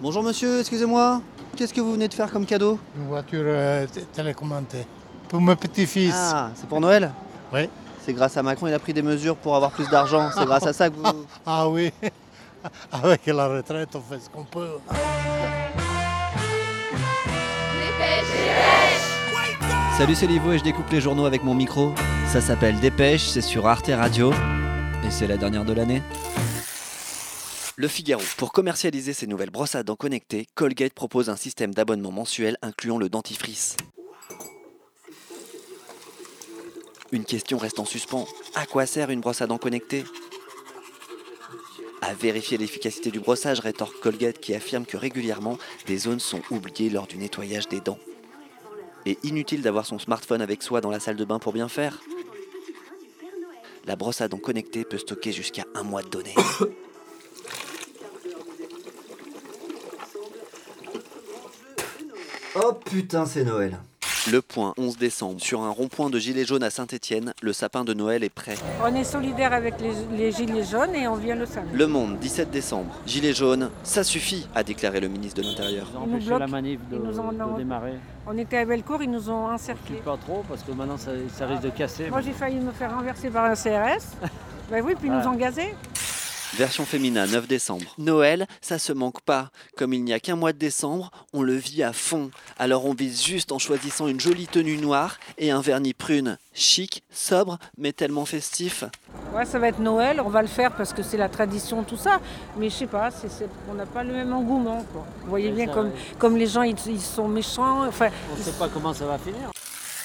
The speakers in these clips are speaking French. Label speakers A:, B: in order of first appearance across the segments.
A: Bonjour monsieur, excusez-moi. Qu'est-ce que vous venez de faire comme cadeau
B: Une voiture euh, t- télécommandée. Pour mes petits-fils.
A: Ah, c'est pour Noël
B: Oui.
A: C'est grâce à Macron, il a pris des mesures pour avoir plus d'argent. C'est grâce à ça que vous...
B: Ah oui. Avec la retraite, on fait ce qu'on peut.
A: Salut, c'est Livo et je découpe les journaux avec mon micro. Ça s'appelle Dépêche, c'est sur Arte Radio et c'est la dernière de l'année. Le Figaro. Pour commercialiser ses nouvelles brosses à dents connectées, Colgate propose un système d'abonnement mensuel incluant le dentifrice. Une question reste en suspens. À quoi sert une brosse à dents connectée À vérifier l'efficacité du brossage, rétorque Colgate qui affirme que régulièrement, des zones sont oubliées lors du nettoyage des dents. Et inutile d'avoir son smartphone avec soi dans la salle de bain pour bien faire. La brosse à dents connectée peut stocker jusqu'à un mois de données. oh putain, c'est Noël. Le point 11 décembre, sur un rond-point de Gilets jaunes à Saint-Étienne, le sapin de Noël est prêt.
C: On est solidaire avec les, les Gilets jaunes et on vient le samedi.
A: Le Monde, 17 décembre. Gilets jaunes, ça suffit, a déclaré le ministre de l'Intérieur.
D: Ils ont
C: Ils nous
D: empêché
C: bloquent.
D: la manif de,
C: Ils nous en
D: de
C: ont-
D: démarrer.
C: On était à Bellecour, ils nous ont
D: Je suis
C: encerclés.
D: pas trop parce que maintenant ça, ça risque de casser.
C: Moi j'ai failli me faire renverser par un CRS. Ben oui, puis ils nous
D: Ah.
C: ont gazés.
A: Version féminin, 9 décembre. Noël, ça se manque pas. Comme il n'y a qu'un mois de décembre, on le vit à fond. Alors on vise juste en choisissant une jolie tenue noire et un vernis prune. Chic, sobre, mais tellement festif.
C: Ouais, ça va être Noël, on va le faire parce que c'est la tradition, tout ça. Mais je sais pas, c'est- c'est- on n'a pas le même engouement. quoi. Vous voyez
D: Ouais,
C: bien
D: ça,
C: comme,
D: ouais.
C: comme les gens, ils, ils sont méchants. Enfin,
D: On ne sait pas comment ça va finir.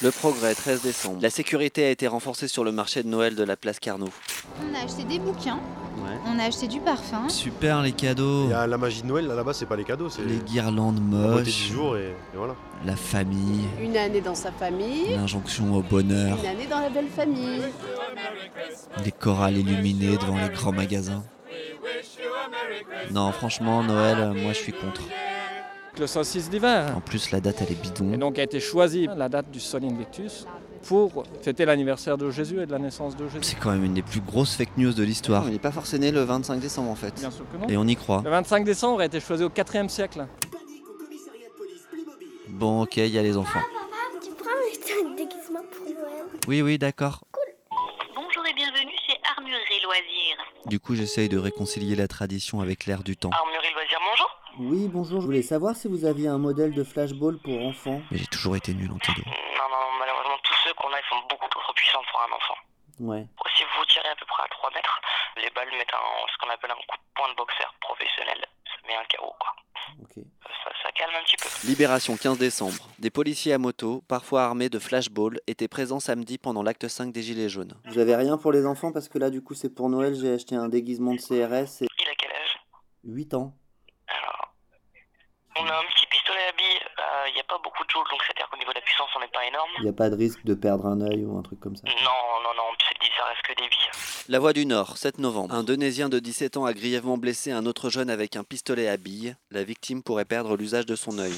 A: Le progrès, 13 décembre. La sécurité a été renforcée sur le marché de Noël de la place Carnot.
E: On a acheté des bouquins,
A: Ouais.
E: on a acheté du parfum.
A: Super les cadeaux.
F: Il y a la magie de Noël là- là-bas, c'est pas les cadeaux, c'est la
A: guirlandes
F: beauté du jour et, et voilà.
A: la famille,
G: Une année dans sa famille,
A: l'injonction au bonheur,
G: une année dans la belle famille.
A: les chorales illuminées devant les grands magasins. Non, franchement, Noël, euh, moi je suis contre.
H: Le saucisse d'hiver.
A: En plus, la date, elle est bidon.
H: Et donc a été choisie la date du Sol Invictus pour fêter l'anniversaire de Jésus et de la naissance de Jésus.
I: C'est quand même une des plus grosses fake news de l'histoire.
A: Il n'est pas forcé né le 25 décembre en fait.
H: Bien sûr que non.
I: Et on y croit.
H: Le 25 décembre a été choisi au 4e siècle.
I: Bon, ok, il y a les enfants.
J: Ah, Tu prends un déguisement pour Noël
I: Oui, oui, d'accord.
J: Bonjour et bienvenue chez Armurerie Loisirs.
I: Du coup, j'essaye de réconcilier la tradition avec l'air du temps.
J: Armurerie Loisirs, bonjour.
A: Oui, bonjour, je voulais savoir si vous aviez un modèle de flashball pour enfants.
I: Mais j'ai toujours été nul en cadeau.
J: Non, non, malheureusement, tous ceux qu'on a, ils sont beaucoup trop puissants pour un enfant.
A: Ouais.
J: Si vous tirez à peu près à 3 mètres, les balles mettent un, ce qu'on appelle un coup de poing de boxeur professionnel. Ça met un KO, quoi.
A: Ok.
J: Ça, ça calme un petit peu.
A: Libération 15 décembre. Des policiers à moto, parfois armés de flashballs, étaient présents samedi pendant l'acte 5 des Gilets jaunes. Vous avez rien pour les enfants parce que là, du coup, c'est pour Noël, j'ai acheté un déguisement de CRS et
J: Il a quel âge
A: 8 ans.
J: Alors, on a un petit pistolet à billes. euh, Il n'y a pas beaucoup de joules, donc c'est-à-dire qu'au niveau de la puissance, on n'est pas énorme.
A: Il n'y a pas de risque de perdre un œil ou un truc comme ça.
J: Non, non, non, c'est dit, ça reste que des billes.
A: La Voix du Nord, 7 novembre. Un Donésien de 17 ans a grièvement blessé un autre jeune avec un pistolet à billes. La victime pourrait perdre l'usage de son œil.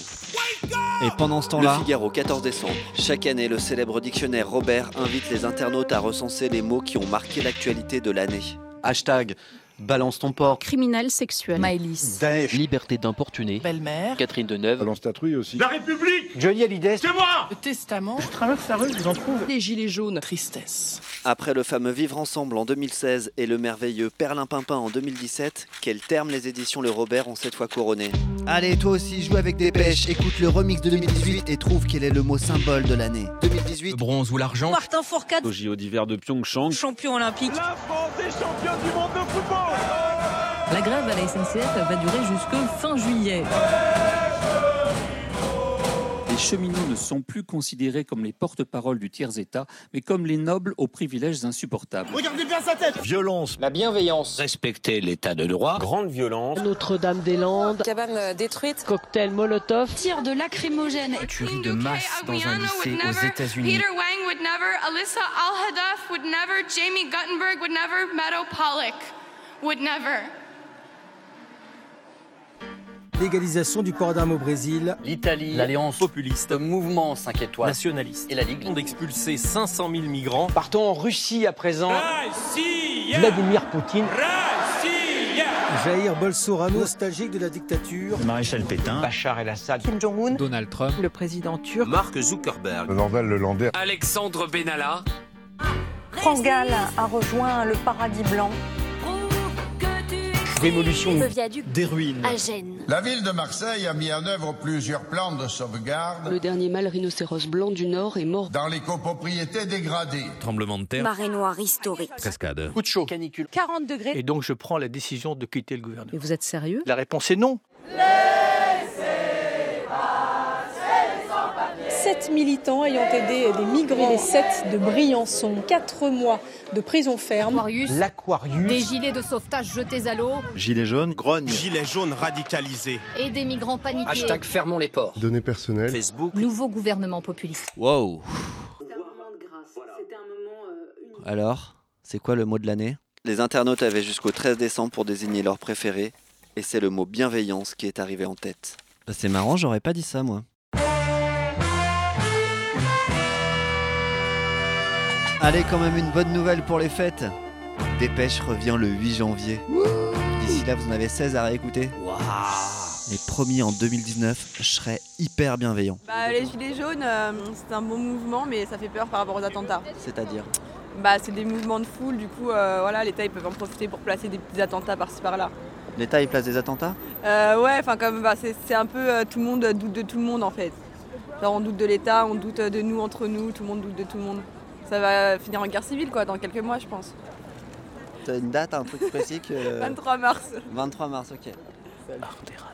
I: Et pendant ce
A: Le
I: temps-là,
A: Figaro, 14 décembre. Chaque année, le célèbre dictionnaire Robert invite les internautes à recenser les mots qui ont marqué l'actualité de l'année.
I: hashtag balance ton porc,
E: Criminel sexuel. Maëlys.
D: Liberté d'importuner. Belle-mère. Catherine Deneuve.
K: Balance ta trouille aussi.
G: Les gilets jaunes. Tristesse.
A: Après le fameux Vivre ensemble en 2016 et le merveilleux Perlin Pimpin en 2017, quel terme les éditions Le Robert ont cette fois couronné Allez, toi aussi, joue avec des pêches, écoute le remix de 2018 et trouve quel est le mot symbole de l'année. 2018,
I: bronze ou l'argent.
C: Martin Fourcade,
K: Au JO d'hiver de Pyeongchang.
C: champion olympique.
G: La grève à la SNCF va durer jusqu'au fin juillet.
H: Les cheminots ne sont plus considérés comme les porte-parole du tiers-état, mais comme les nobles aux privilèges insupportables.
K: Violence.
D: La bienveillance. Respecter l'état de droit.
F: Grande violence.
G: Notre-Dame-des-Landes.
C: Cabane euh, détruite.
G: Cocktail Molotov.
E: Tir de lacrymogène.
D: Tuerie de masse dans un lycée aux États-Unis.
E: Wang would never, Alyssa Al-Hadaf would never, Jamie Guttenberg would never, Meadow Pollock would never.
D: Légalisation du port d'armes au Brésil.
I: L'Italie, l'Alliance populiste, mouvement 5 étoiles, nationaliste et la Ligue ont expulsé 500 000 migrants.
D: Partons en Russie à présent. Vladimir Poutine.
L: Jair Bolsonaro, nostalgique de la dictature.
M: Maréchal Pétain, Bachar el-Assad,
L: Kim Jong-un, Donald Trump, le président turc,
M: Mark Zuckerberg,
B: Nordal Lelandais,
I: Alexandre Benalla.
N: Frangal a rejoint le paradis blanc.
O: Démolition
N: Le viaduc
O: des ruines.
N: à Gênes.
O: La ville de Marseille a mis en œuvre plusieurs plans de sauvegarde
N: Le dernier mâle rhinocéros blanc du Nord est mort.
O: dans les copropriétés dégradées.
M: Tremblement de terre,
N: Marée noire historique.
M: cascade.
I: Coup de chaud. Canicule.
N: 40 degrés.
I: Et donc je prends la décision de quitter le gouvernement.
N: Mais vous êtes sérieux
I: La réponse est non.
C: 7 militants ayant aidé des migrants, les 7 de Briançon, 4 mois de prison ferme.
P: L'Aquarius.
E: Des gilets de sauvetage jetés à l'eau
B: Gilet jaune, grogne.
I: Gilet jaune radicalisé.
E: et des migrants paniqués.
I: fermons les ports.
B: Données personnelles.
I: Facebook.
E: Nouveau gouvernement populiste.
A: Wow Alors, c'est quoi le mot de l'année Les internautes avaient jusqu'au 13 décembre pour désigner leur préféré, et c'est le mot bienveillance qui est arrivé en tête. Bah, C'est marrant, j'aurais pas dit ça moi. Allez, quand même une bonne nouvelle pour les fêtes Dépêche revient le 8 janvier. D'ici là, vous en avez 16 à réécouter. Et promis, en 2019, je serai hyper bienveillant.
Q: Bah, les Gilets jaunes, euh, c'est un bon mouvement, mais ça fait peur par rapport aux attentats.
A: C'est-à-dire
Q: Bah, c'est des mouvements de foule, du coup, euh, voilà, l'État, ils peuvent en profiter pour placer des petits attentats par-ci par-là.
A: L'État, il place des attentats
Q: Euh, ouais, enfin, comme bah, c'est c'est un peu euh, tout le monde doute de tout le monde en fait. Genre, on doute de l'État, on doute euh, de nous entre nous, tout le monde doute de tout le monde. Ça va finir en guerre civile, quoi, dans quelques mois, je pense.
A: T'as une date, un truc précis que...
Q: 23 mars.
A: 23 mars, ok.
Q: Alors,